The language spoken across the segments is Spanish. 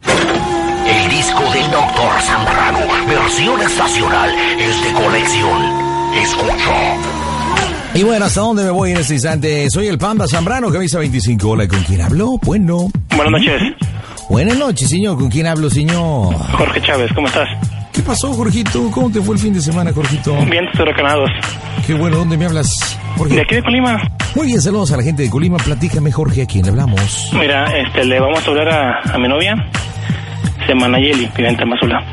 El disco del Doctor Zambrano, versión estacional, es de colección. Escucha. Y bueno, ¿hasta dónde me voy en este instante? Soy el Panda Zambrano, camisa 25. Hola, ¿con quién hablo? Bueno. Buenas noches. Buenas noches, señor. ¿Con quién hablo, señor? Jorge Chávez, ¿cómo estás? ¿Qué pasó, Jorgito? ¿Cómo te fue el fin de semana, Jorgito? Vientos huracanados. Qué bueno, ¿dónde me hablas, Jorge? De aquí de Colima. Muy bien, saludos a la gente de Colima. Platícame, Jorge, ¿a quién le hablamos? Mira, este, le vamos a hablar a, a mi novia, Semana Yeli, Pimenta Mazula.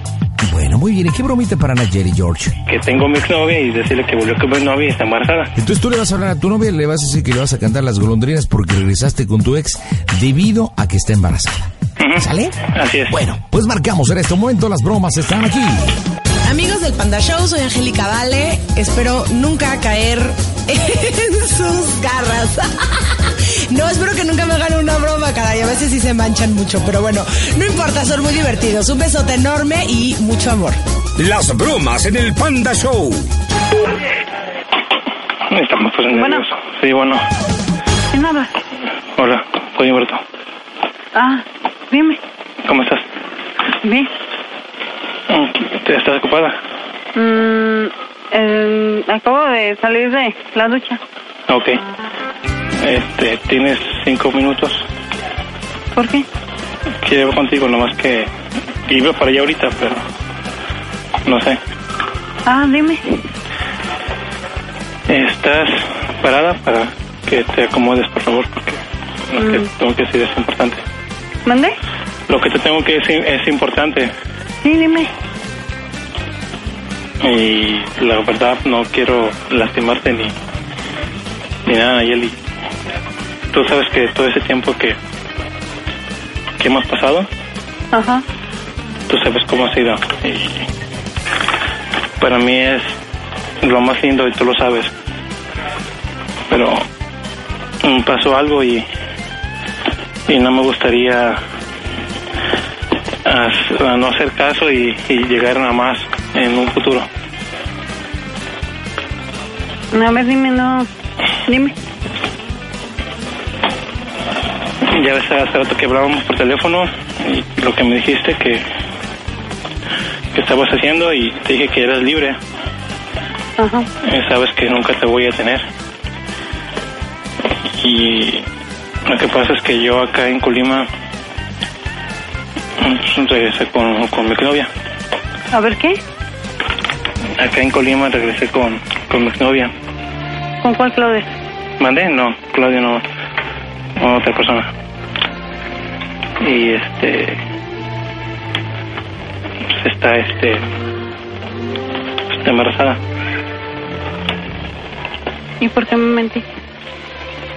Bueno, muy bien. ¿Y qué bromita para Nayeli, George? Que tengo mi novia y decirle que volvió con mi novia y está embarazada. Entonces tú le vas a hablar a tu novia, le vas a decir que le vas a cantar las golondrinas porque regresaste con tu ex debido a que está embarazada. Ujú. ¿Sale? Así es. Bueno, pues marcamos en este momento, las bromas están aquí. Amigos del Panda Show, soy Angélica Vale. Espero nunca caer en sus garras. No, espero que nunca me hagan una broma, caray. A veces sí se manchan mucho, pero bueno, no importa, son muy divertidos. Un besote enorme y mucho amor. Las bromas en el Panda Show. Estamos pues Bueno. nerviosos. Sí, bueno. ¿Quién habla? Hola, soy Humberto. Ah, dime. ¿Cómo estás? Bien. Mm, ¿Te estás ocupada? Mm, eh, acabo de salir de la ducha. Ok. Este, tienes cinco minutos. ¿Por qué? Quiero hablar contigo, nomás que iba para allá ahorita, pero no sé. Ah, dime. ¿Estás parada para que te acomodes, por favor? Porque lo que tengo que decir es importante. ¿Mandé? Lo que te tengo que decir es importante. Sí, dime. Y la verdad no quiero lastimarte ni, ni nada, Nayeli. Tú sabes que todo ese tiempo que, que hemos pasado, Ajá. tú sabes cómo ha sido. Y para mí es lo más lindo y tú lo sabes. Pero mm, pasó algo y, y no me gustaría as- a no hacer caso y, y llegar a más en un futuro. A ver, dime, no. Dime. Ya ves, hace rato que hablábamos por teléfono y lo que me dijiste que, que estabas haciendo y te dije que eras libre. Ajá. Eh, sabes que nunca te voy a tener. Y lo que pasa es que yo acá en Colima pues, regresé con, con mi novia. A ver, ¿qué? Acá en Colima regresé con, con mi novia. ¿Con cuál Claudia? ¿Mandé? No, Claudio no. no, Otra persona. Y este. pues, está este. Está embarazada. ¿Y por qué me mentiste?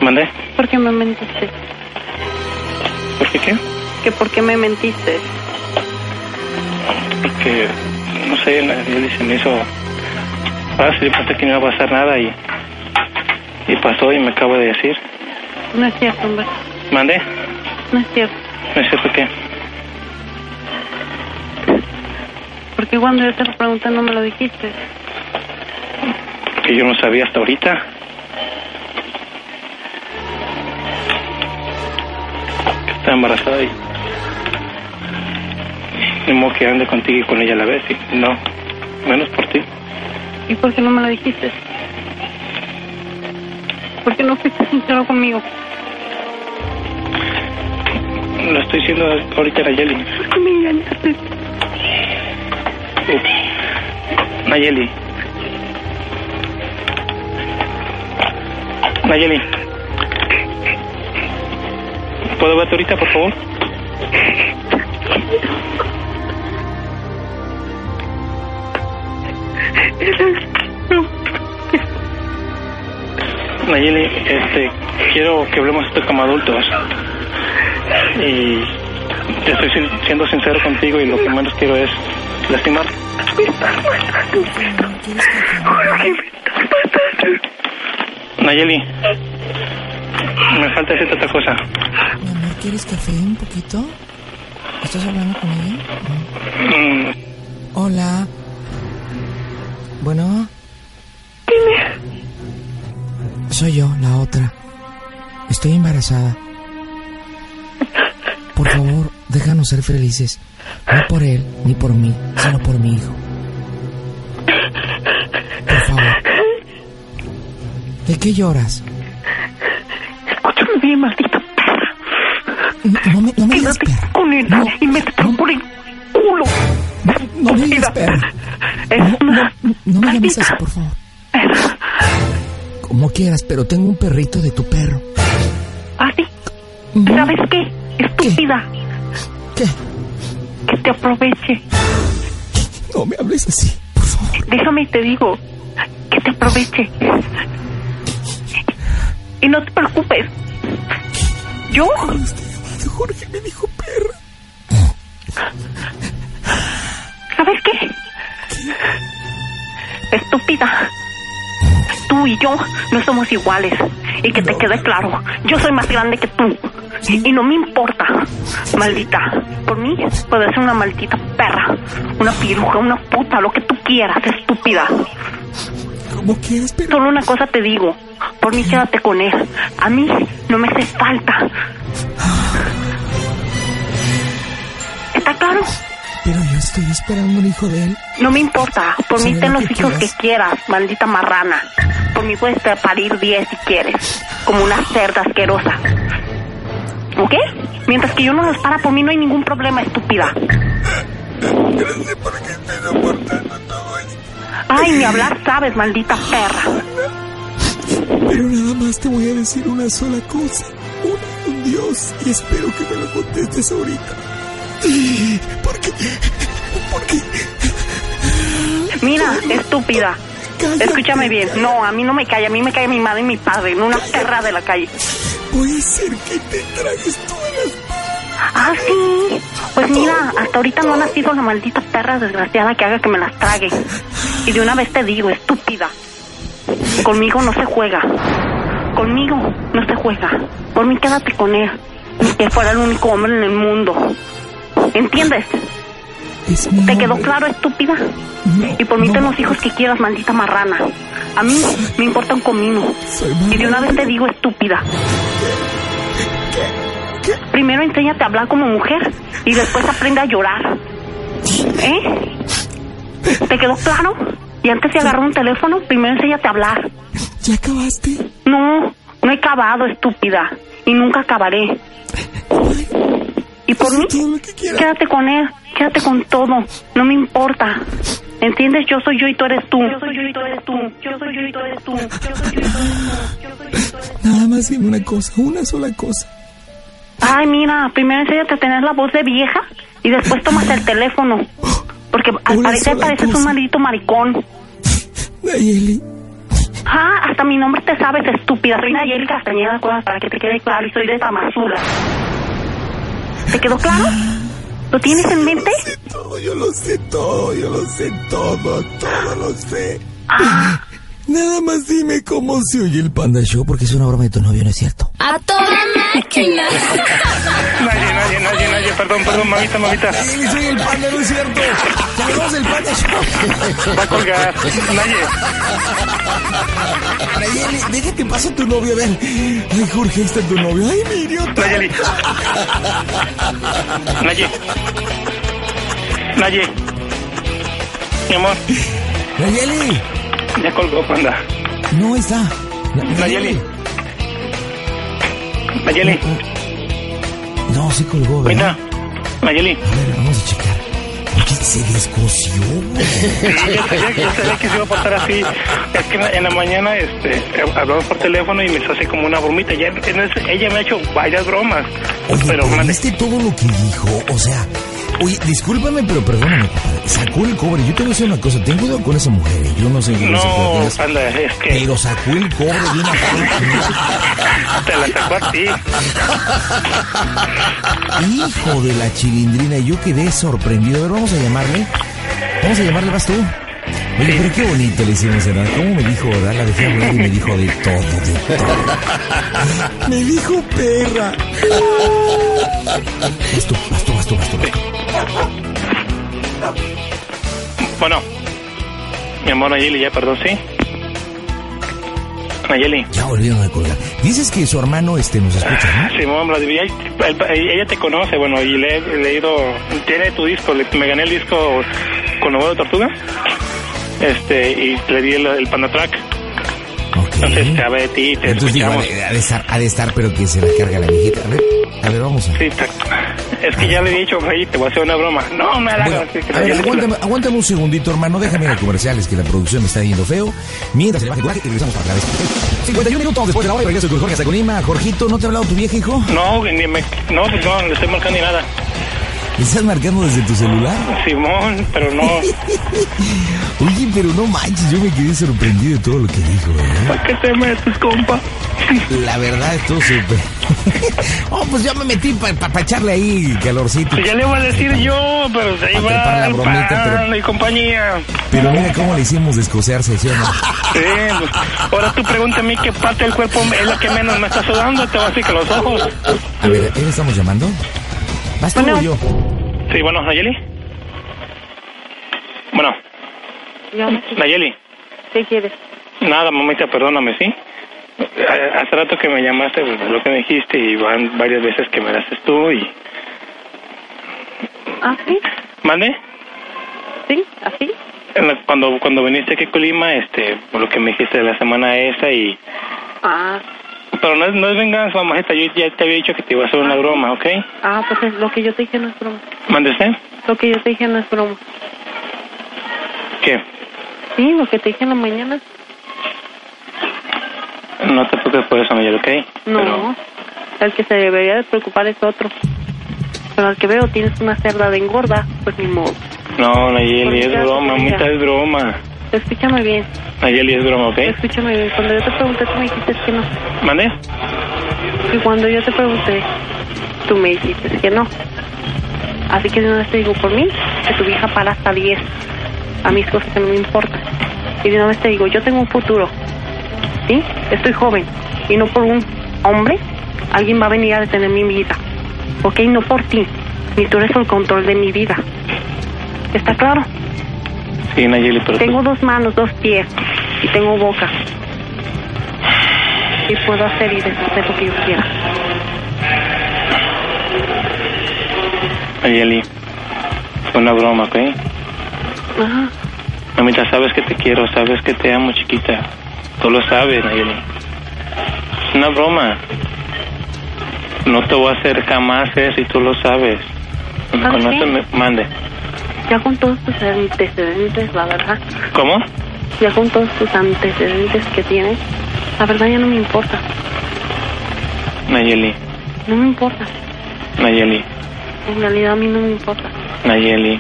¿Mandé? ¿Por qué me mentiste? ¿Por qué qué? ¿Que por qué me mentiste? porque no sé, la- él se me hizo fácil, yo pensé que no iba a pasar nada y, y pasó y me acabo de decir, No es cierto, hombre. mandé, No es cierto. no sé por qué, Porque cuando yo te lo pregunté no me lo dijiste. porque yo no sabía hasta ahorita. que Está embarazada y ni modo que ande contigo y con ella a la vez y no, menos por ti. ¿Y por qué no me lo dijiste? ¿Por qué no fuiste sincero conmigo? Lo estoy diciendo ahorita Nayeli. ¿Por qué me engañaste? Nayeli. Nayeli. ¿Puedo verte ahorita, por favor? Nayeli, este, quiero que hablemos esto como adultos. Y Te estoy sin- siendo sincero contigo y lo que menos quiero es lastimar. Nayeli, me falta decirte otra cosa. Mi amor, ¿quieres café un poquito? ¿Estás hablando con ella? Mm, Hola. Bueno. Soy yo, la otra. Estoy embarazada. Por favor, déjanos ser felices. No por él, ni por mí, sino por mi hijo. Por favor. ¿De qué lloras? Escúchame bien, maldita perra. No, no me, no me digas Quédate perra. con él No, y métete por el culo. no me digas perra. Es No, una... no, no me llames maldita así, por favor. Como quieras, pero tengo un perrito de tu perro. Así, Mm, ¿sabes qué? Estúpida, ¿Qué? que te aproveche. No me hables así, por favor. Déjame y te digo, que te aproveche. Y no te preocupes. Yo, Jorge me dijo perra. ¿sabes qué? Estúpida. Tú y yo no somos iguales. Y que te quede claro, yo soy más grande que tú. Y no me importa, maldita. Por mí puedes ser una maldita perra, una piruja, una puta, lo que tú quieras, estúpida. Como quieras, pero Solo una cosa te digo, por mí quédate con él. A mí no me hace falta. Ah. ¿Está claro? Pero yo estoy esperando un hijo de él. No me importa. Por mí Señora, ten los ¿qué hijos que quieres? quieras, maldita marrana. Por mí puedes te- parir 10 si quieres, como una cerda asquerosa. ¿Ok? Mientras que yo no los para, por mí no hay ningún problema, estúpida. Ay, ni hablar sabes, maldita perra. Pero nada más te voy a decir una sola cosa. Un, un Dios. Y espero que me lo contestes ahorita. Porque. Porque. Mira, estúpida. Cállate. Escúchame bien. No, a mí no me cae. A mí me cae mi madre y mi padre. En una perra de la calle. Puede ser que te tragues todas las. Ah, sí. Pues mira, hasta ahorita no ha nacido la maldita perra desgraciada que haga que me las trague. Y de una vez te digo, estúpida. Conmigo no se juega. Conmigo no se juega. Por mí quédate con él. Ni que fuera el único hombre en el mundo. ¿Entiendes? Es mi ¿Te quedó hombre. claro, estúpida? No, Y por mí no, ten los hijos que quieras, maldita marrana. A mí me importa un comino. Soy Y de una mamá. vez te digo, estúpida. Primero enséñate a hablar como mujer y después aprende a llorar. ¿Eh? ¿Te quedó claro? Y antes de agarrar un teléfono, primero enséñate a hablar. ¿Ya acabaste? No, no he acabado, estúpida. Y nunca acabaré. ¿Y por mí? Todo lo que quieras. Quédate con él, quédate con todo, no me importa. ¿Entiendes? Yo soy yo y tú eres tú. Yo soy yo y tú eres tú. Yo soy yo y tú eres tú. Yo soy yo y tú eres tú. Nada más dime una cosa. Una sola cosa. Ay, mira, primero enséñate a tener la voz de vieja y después tomas el teléfono. Porque al Una parecer sola pareces un cosa. maldito maricón. Nayeli. Ah, hasta mi nombre te sabes, estúpida. Soy Nayeli Castañeda Cuevas, para que te quede claro, y soy de Tamazula. ¿Te quedó claro? ¿Lo tienes en mente? sé todo, yo lo sé todo, yo lo sé todo, todo lo sé. Nada más dime cómo se oye el Panda Show, porque es una broma de tu novio, ¿no es cierto? A toda máquina. Naye, Naye, Naye, Naye, perdón, perdón, mamita, mamita. Sí, soy el Panda, ¿no es cierto? Saludos el Panda Show. Va a colgar. Naye, Nayeli, déjate paso a tu novio, ven. Ay, Jorge, ahí está tu novio. Ay, mi idiota. Nayeli. Naye. Naye. Mi amor, Nayeli, ya colgó, panda. no ahí está. Na- Nayeli. Nayeli, No, se colgó, ¿verdad? mira. Nayeli, A ver, vamos a checar. Porque se descoció, güey. yo, sabía- yo sabía que se iba a pasar así. Es que en la- en la mañana este, hablamos por teléfono y me hace como una bromita. Ya- en ese- ella me ha hecho varias bromas. Oye, pero, pero mande. ¿viste todo lo que dijo? O sea, Oye, discúlpame, pero perdóname, compadre. Sacó el cobre. Yo te voy a decir una cosa. Ten cuidado con esa mujer. ¿eh? Yo no sé qué No, se puede hacer. anda, es que- Pero sacó el cobre de una Te la sacó a ti. Hijo de la chilindrina, yo quedé sorprendido. A ver, vamos a llamarle. Vamos a llamarle, vas tú. Oye, pero qué bonito le hicimos cenar. ¿Cómo me dijo, verdad? La dejé hablar y me dijo de todo, de todo. Me dijo perra. Vas tú, vas tú, vas tú, vas tú. vas tú. Bueno, mi amor Nayeli, ya, perdón, ¿sí? Nayeli. Ya volvieron a colgar. Dices que su hermano este, nos escucha, Simón Vladimir, ella, el- ella te conoce, bueno, y le he leído, tiene tu disco, le- me gané el disco con la voz de tortuga, este, y le di el, el panda track, ¿no? Ok. entonces te hablé de ti, te Entonces digo, ha escuchamos. de, ha de estar, ha de estar, pero que se la carga la viejita. A ver, a ver, vamos a Sí, te- es que ya le he dicho, rey, te voy a hacer una broma. No, me Bueno, hagas. a ver, aguántame, aguántame un segundito, hermano. Déjame ir a comerciales, que la producción me está yendo feo. Mientras le baja el coraje y regresamos para la vez. 51 minutos después de la hora y regreso con Jorge Saconima. Jorgito, ¿no te ha hablado tu vieja, hijo? No, ni me, no, pues no, no le estoy marcando ni nada. ¿Le estás marcando desde tu celular? Simón, pero no, Oye, pero no manches, yo me quedé sorprendido de todo lo que dijo, ¿eh? ¿para qué te metes, compa? La verdad, estuvo súper. oh, pues ya me metí para echarle ahí calorcito. Pues ya le voy a decir yo, pero se Pa' iba trepar Ah, la el bromita, pan pero- y compañía. Pero mira cómo le hicimos descosearse, ¿sí o no? Sí, pues, ahora tú pregúntame qué parte del cuerpo es la que menos me está sudando, te va a decir que los ojos. A ver, ¿a quién le estamos llamando? ¿Vas tú Bueno. o yo? Sí, bueno, Nayeli. Bueno, Yo no sé Nayeli, ¿Qué quieres? nada, mamita, perdóname, ¿sí? Eh, Hace rato que me llamaste, pues, lo que me dijiste, y van varias veces que me la haces tú, y... ¿Ah, sí? ¿Mande? ¿Sí? ¿Así? En la- Cuando, cuando viniste aquí a Colima, este, lo que me dijiste de la semana esa, y... Ah, Pero no es, no es venganza, mamajita, yo ya te había dicho que te iba a hacer una broma, ¿ok? ah, pues es- lo que yo te dije no es broma. ¿Mándese? Lo que yo te dije no es broma. ¿Qué? Sí, lo que te dije en la mañana. No te preocupes por eso, Nayeli, ¿ok? No, Pero- el que se debería de preocupar es otro. Pero al que veo tienes una cerda de engorda, pues ni modo. No, Nayeli, es Ahorita, broma, ahorita. mamita, es broma. Escúchame bien, Nayeli, es broma, ¿ok? escúchame bien. Cuando yo te pregunté, tú me dijiste que no. ¿Mande? Y cuando yo te pregunté, tú me dijiste que no. Así que de una vez te digo por mí, que tu vieja para hasta 10. A mis cosas que no me importan. Y de una vez te digo, yo tengo un futuro. ¿Sí? Estoy joven. Y no por un hombre, alguien va a venir a detener mi vida. ¿Ok? No por ti. Ni tú eres el control de mi vida. ¿Está claro? Sí, Nayeli, pero... Tengo dos manos, dos pies y tengo boca. Y puedo hacer y deshacer lo que yo quiera. Nayeli, fue una broma, ¿ok? Ajá. Mamita, sabes que te quiero, sabes que te amo, chiquita. Tú lo sabes, Nayeli. Es una broma. No te voy a hacer jamás eso y tú lo sabes. Me ¿Ah, conoces, sí? me- mande. Ya con todos tus antecedentes, la verdad, ¿Cómo? ya con todos tus antecedentes que tienes, la verdad ya no me importa, Nayeli, no me importa, Nayeli, en realidad a mí no me importa. Nayeli.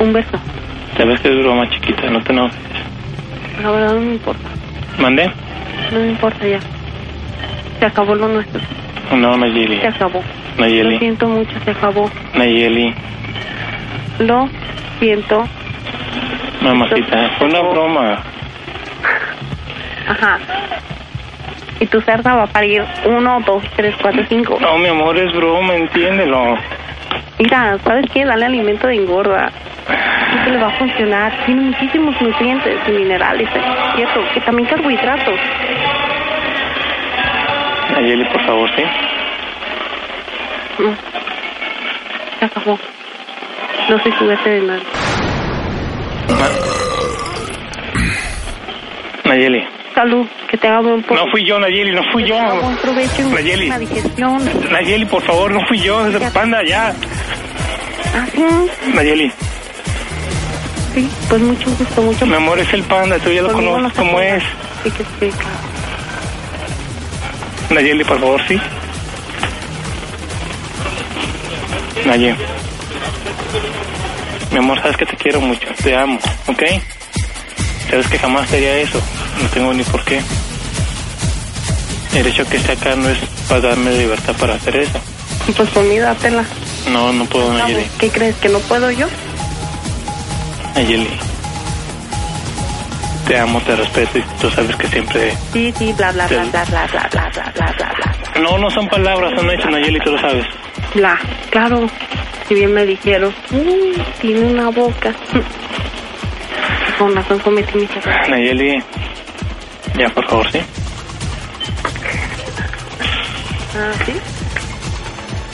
Un beso, Sabes que es broma, chiquita, no te enojes. la verdad no me importa, ¿Mande? no me importa ya. Se acabó lo nuestro, No, Nayeli. se acabó. Lo Nayeli, siento mucho, se acabó. Nayeli. Lo siento, Mamacita, fue una broma. ajá. Y tu cerda va a parir uno, dos, tres, cuatro, cinco. No, mi amor, es broma, entiéndelo. Mira, ¿sabes qué? Dale alimento de engorda. Sí que le va a funcionar. Tiene muchísimos nutrientes y minerales, ¿eh? ¿cierto? Que también carbohidratos. Nayeli, por favor, ¿sí? No. Se acabó. No soy juguete de nadie. Nayeli. Salud, que te haga buen No fui yo, Nayeli, no fui Que te yo. haga buen provecho y Nayeli. buena digestión. Nayeli, por favor, no fui yo. ese Panda, ya. Ah, sí, Nayeli, sí. Pues mucho gusto, mucho mi amor, es el panda, tú ya lo Conmigo no conoces se cómo juega. es. Sí, que sí, claro. Nayeli, por favor, sí. Allí. Mi amor, sabes que te quiero mucho, te amo, ¿ok? Sabes que jamás te haría eso, no tengo ni por qué. El hecho que esté acá no es para darme libertad para hacer eso. Pues por mí, dátela. No, no puedo, Nayeli. ¿Qué crees? ¿Que no puedo yo? Nayeli. Te amo, te respeto y tú sabes que siempre... Sí, sí, bla, bla, bla, bla, bla, bla, bla, bla, bla, bla, bla. No, no son palabras, son hechos, Nayeli, tú lo sabes. Bla, claro. Si bien me dijeron, "Uy, tiene una boca. Con razón cometí mis errores. Nayeli, ya por favor, ¿sí? Ah, ¿sí?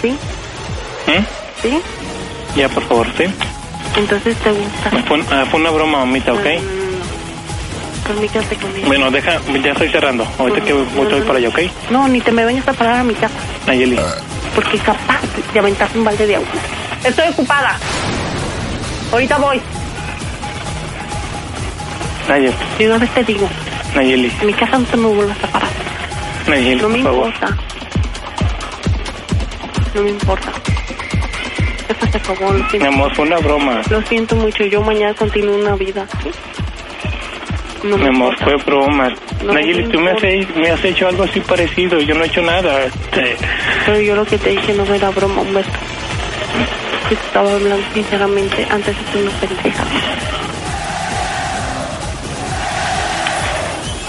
¿Sí? ¿Mm? ¿Sí? Ya por favor, ¿sí? Entonces te gusta. Fue, un- ah, fue una broma, mamita, ¿ok? No, no, no, no. Pues mí quédate conmigo. Bueno, deja, ya estoy cerrando. Ahorita que voy, voy para allá, ¿ok? No, ni te me vengas a parar a mi casa, Nayeli. porque capaz de aventaste un balde de agua. Estoy ocupada. Ahorita voy. Nayeli. Y una vez te digo, Nayeli. en mi casa no te me vuelvas a parar. Nayeli, No me por favor. importa. No me importa. Esto se acabó, lo Mi siento. amor, fue una broma. Lo siento mucho, yo mañana continúo una vida. ¿sí? No Mi me amor, importa. fue broma. No Nayeli, me tú me has, importa. he- me has hecho algo así parecido. Yo no he hecho nada. Este, Te- Pero yo lo que te dije no era broma, Humberto. Yo te estaba hablando sinceramente antes de que una pendeja.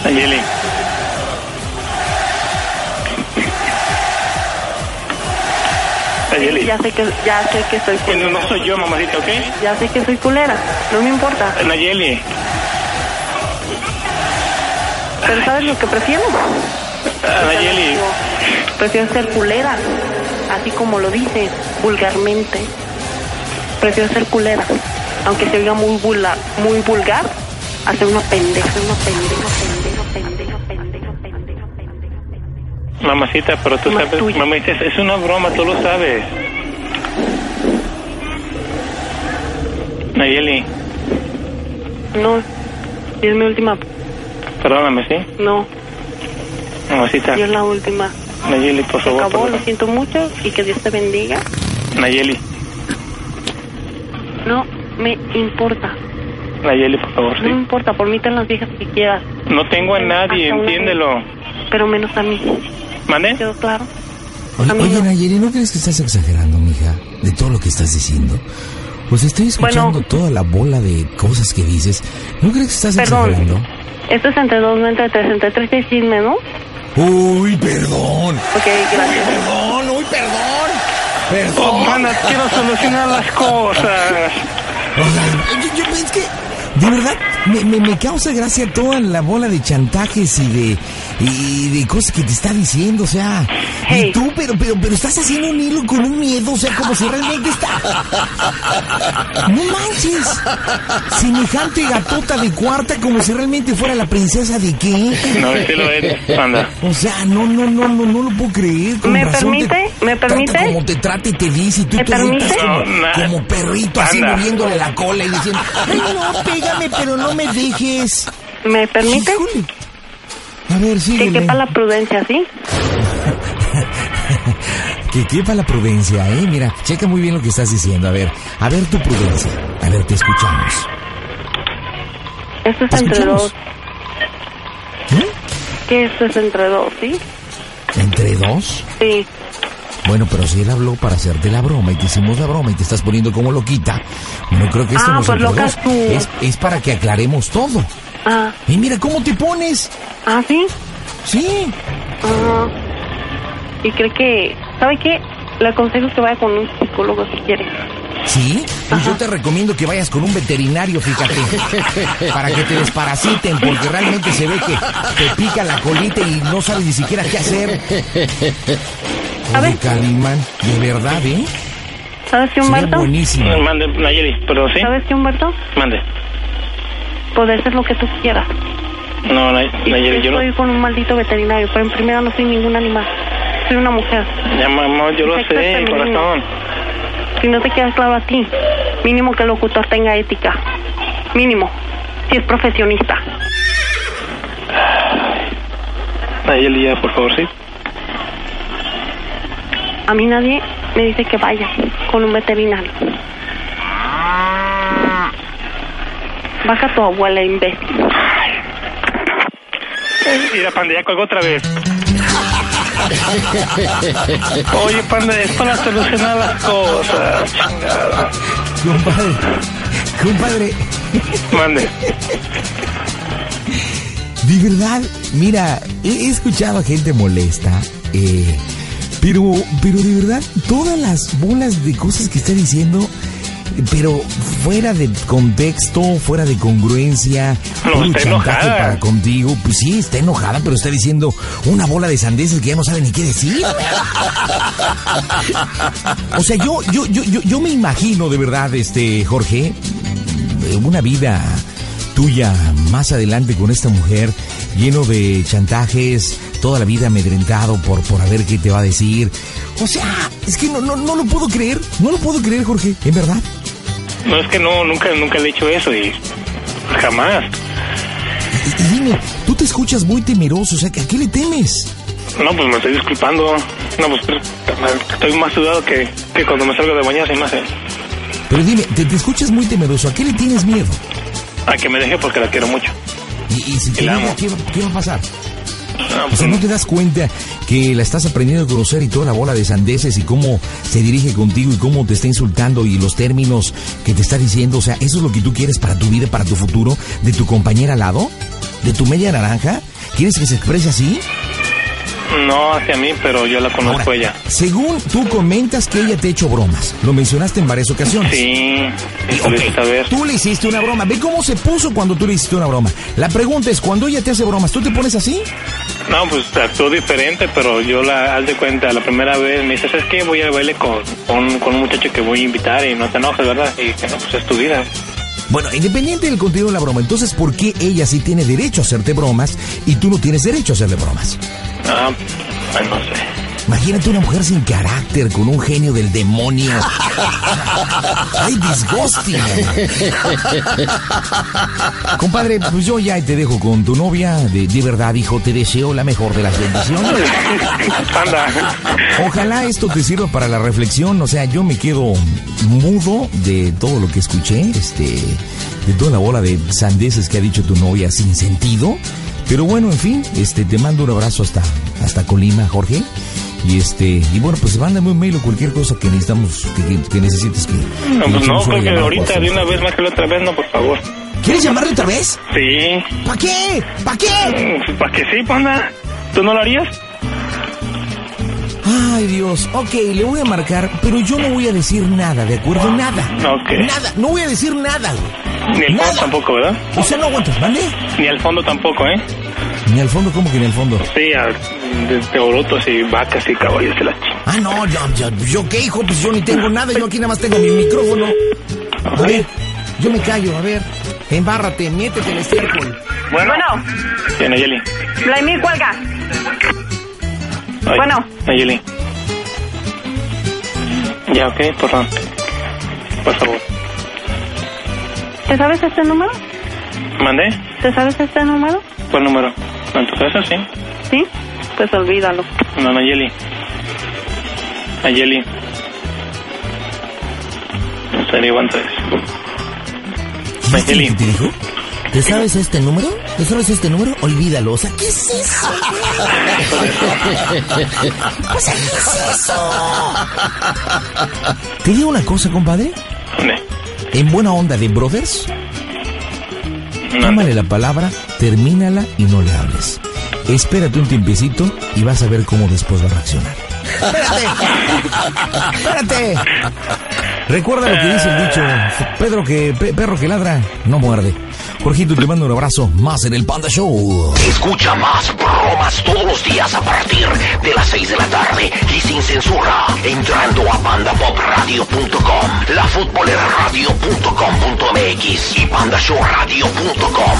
Nayeli. Nayeli. Ya sé que, ya sé que soy No, culera. no soy yo, mamacita, ¿ok? Ya sé que soy culera. No me importa. Nayeli. Pero ¿sabes lo que prefiero? ah, Nayeli. Yo prefiero ser culera. Así como lo dices, vulgarmente. Prefiero ser culera. Aunque se oiga muy, vulgar, muy vulgar, hacer una pendeja, una pendeja, pendeja, pendeja, pendeja, pendeja, pendeja, pendeja. Mamacita, pero tú Mamá sabes, tuya. mamacita, es es una broma, tú lo sabes. Nayeli, No, es mi última. perdóname, ¿sí? No, Mamacita, yo es la última. Nayeli, por Se favor. acabó, lo perdón. siento mucho y que Dios te bendiga. Nayeli, No me importa. Nayeli, por favor, No me sí. importa, por mí ten las viejas que quieras, No tengo a nadie, Hasta una entiéndelo. pero menos a mí. ¿Mande? ¿Quedó claro? Oye, Amigo. oye, Nayeli, ¿no crees que estás exagerando, mija? De todo lo que estás diciendo. Pues estoy escuchando Bueno. toda la bola de cosas que dices. ¿No crees que estás Perdón. exagerando? Esto es entre dos, no entre tres. Entre tres es chisme, ¿no? Uy, perdón. Ok, gracias. Perdón, uy, perdón. Perdón. Oh, mana, quiero solucionar las cosas. O sea, yo, yo- es que, de verdad, me, me- me causa gracia toda la bola de chantajes y de, y de cosas que te está diciendo, o sea, Hey. y tú, pero, pero, pero estás haciendo un hilo con un miedo, o sea, como si realmente está... No manches, semejante gatota de cuarta como si realmente fuera la princesa de qué. No, sí lo es, anda. O sea, no, no, no, no, no lo puedo creer. con ¿Me razón te permite? ¿Me trata permite? Como te trata y te dice, y tú ¿Me todavía estás permite? como, No, na- como perrito así Anda. moviéndole la cola y diciendo, ay no, pégame, pero no me dejes. ¿Me permite? Híjole. A ver, Que sígueme. quepa la prudencia, ¿sí? Que quepa la prudencia, eh. Mira, checa muy bien lo que estás diciendo. A ver, a ver tu prudencia. A ver, te escuchamos. Esto es ¿Te entre escuchamos? dos. ¿Eh? ¿Qué esto es entre dos, sí? ¿Entre dos? Sí. Bueno, pero si él habló para hacerte la broma y te hicimos la broma y te estás poniendo como loquita, bueno, creo que esto Ah, no es pues entre loca dos. tú. Es, es para que aclaremos todo. Ah, Y mira cómo te pones. ¿ah, sí? Sí. Ah. Y cree que... ¿Sabe qué? Le aconsejo que vaya con un psicólogo si quiere. Sí. Pues yo te recomiendo que vayas con un veterinario, fíjate. para que te desparasiten, porque realmente se ve que te pica la colita y no sabes ni siquiera qué hacer. A Oye, ver. Calimán, de verdad, ¿eh? ¿Sabes Se qué, ve Humberto? buenísimo. Mande, Nayeli, pero sí, ¿Sabes qué, Humberto? mande. Poder ser lo que tú quieras. No, Nay- Y Nayeli, yo yo no... estoy con un maldito veterinario, pero en primera no soy ningún animal. Soy una mujer. Ya, mamá, yo lo Sexo sé, femenino. corazón. Si no te queda claro a ti, mínimo que el locutor tenga ética. Mínimo. Si es profesionista. Nayeli, ya, por favor, sí. A mí nadie me dice que vaya con un veterinario. Ah. Baja tu abuela, imbécil. Mira, panda, ya colgó otra vez. Oye, panda, es para solucionar las cosas. chingada. Compadre, compadre, Mande. de verdad, mira, he he escuchado a gente molesta, eh, pero, pero de verdad, todas las bolas de cosas que está diciendo, pero fuera de contexto, fuera de congruencia, No, puro está chantaje enojada. para contigo, pues sí, está enojada, pero está diciendo una bola de sandeces que ya no sabe ni qué decir. O sea, yo, yo, yo, yo, yo me imagino de verdad, este, Jorge, una vida tuya más adelante con esta mujer, lleno de chantajes, toda la vida amedrentado por, por a ver qué te va a decir. O sea, es que no, no, no lo puedo creer, no lo puedo creer, Jorge, en verdad. No, es que no, nunca, nunca le he hecho eso y jamás. Y, y dime, tú te escuchas muy temeroso, o sea, ¿a qué le temes? No, pues me estoy disculpando. No, pues pero, estoy más sudado que, que cuando me salgo de bañar, se me hace. Pero dime, te, te escuchas muy temeroso, ¿a qué le tienes miedo? A que me deje porque la quiero mucho. Y, y si te El digo, amo. ¿qué, va- ¿qué va a pasar? No, O pues, sea, ¿no te das cuenta que la estás aprendiendo a conocer y toda la bola de sandeces y cómo se dirige contigo y cómo te está insultando y los términos que te está diciendo? O sea, ¿eso es lo que tú quieres para tu vida, para tu futuro? ¿De tu compañera al lado? ¿De tu media naranja? ¿Quieres que se exprese así? no hacia mí, pero yo la conozco a ella. según tú comentas que ella te ha hecho bromas, lo mencionaste en varias ocasiones. Sí, Y, y por eso ok, saber. Tú le hiciste una broma. Ve cómo se puso cuando tú le hiciste una broma. La pregunta es, cuando ella te hace bromas, ¿tú te pones así? No, pues actuó diferente, pero yo la, haz de cuenta, la primera vez me dice, ¿sabes qué? Voy a baile con, con, con un muchacho que voy a invitar y no te enojes, ¿verdad? Y que no, pues es tu vida. Bueno, independiente del contenido de la broma, entonces, ¿por qué ella sí tiene derecho a hacerte bromas y tú no tienes derecho a hacerle bromas? Ah, ay, no sé. Imagínate una mujer sin carácter, con un genio del demonio. ¡Ay, disgusting! Compadre, pues yo ya te dejo con tu novia. De, de verdad, hijo, te deseo la mejor de las bendiciones. Anda. Ojalá esto te sirva para la reflexión. O sea, yo me quedo mudo de todo lo que escuché, este, de toda la bola de sandeces que ha dicho tu novia sin sentido. Pero bueno, en fin, este, te mando un abrazo hasta, hasta Colima, Jorge. Y este, y bueno, pues mándame un mail o cualquier cosa que necesitamos, que, que- que necesites que. No, que pues no, hagamos una creo que llamada ahorita por de favor. una vez más que la otra vez, no, por favor. ¿Quieres llamarle otra vez? Sí, pues, ¿Para qué? ¿Para qué? para que sí, panda. ¿Tú no lo harías? Ay, Dios. Ok, le voy a marcar, pero yo no voy a decir nada, ¿de acuerdo? Nada. Ok. Nada. No voy a decir nada, güey. Ni al Nada. fondo tampoco, ¿verdad? O sea, no aguantas, ¿vale? Ni al fondo tampoco, ¿eh? Ni al fondo, ¿cómo que ni al fondo? Sí, a, de, de orotos y vacas y caballos de la chingada. Ah, no, yo, yo, yo qué hijo, pues yo ni tengo nada, yo aquí nada más tengo mi micrófono. A ver, yo me callo, a ver. Embárrate, métete el estiércol. Bueno. Bueno, Sí, Nayeli. Vladimir, cuelga. Ay, Bueno. Nayeli. Ya, ok, perdón. Por favor. ¿Te sabes este número? ¿Mandé? ¿Te sabes este número? ¿Cuál número? Entonces, sí. ¿Sí? Pues olvídalo. No, Nayeli. Nayeli. No sería aguanta ¿Viste lo Nayeli. que te dijo? ¿Te sabes este número? ¿Te sabes este número? Olvídalo. O sea, ¿qué es eso? O sea, ¿qué es eso? Te digo una cosa, compadre. ¿Dónde? En buena onda de brothers, No, Tómale la palabra, termínala y no le hables. Espérate un tiempecito y vas a ver cómo después va a reaccionar. ¡Espérate! ¡Espérate! Recuerda lo que dice el dicho, Pedro que, pe- perro que ladra, no muerde. Jorgito, te mando un abrazo, más en el Panda Show. Escucha más bromas todos los días a partir de las 6 de la tarde y sin censura entrando a pandapopradio.com, laFutbolerradio.com.mx y pandashowradio.com.